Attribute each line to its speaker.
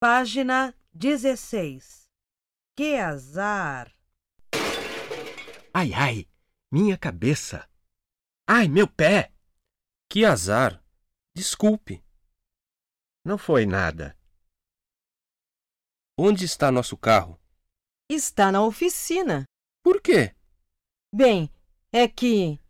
Speaker 1: Página 16. Que azar!
Speaker 2: Ai, ai, minha cabeça! Ai, meu pé!
Speaker 3: Que azar! Desculpe,
Speaker 2: Não foi nada.
Speaker 3: onde está nosso carro?
Speaker 4: Está na oficina.
Speaker 3: Por quê?
Speaker 4: Bem, é que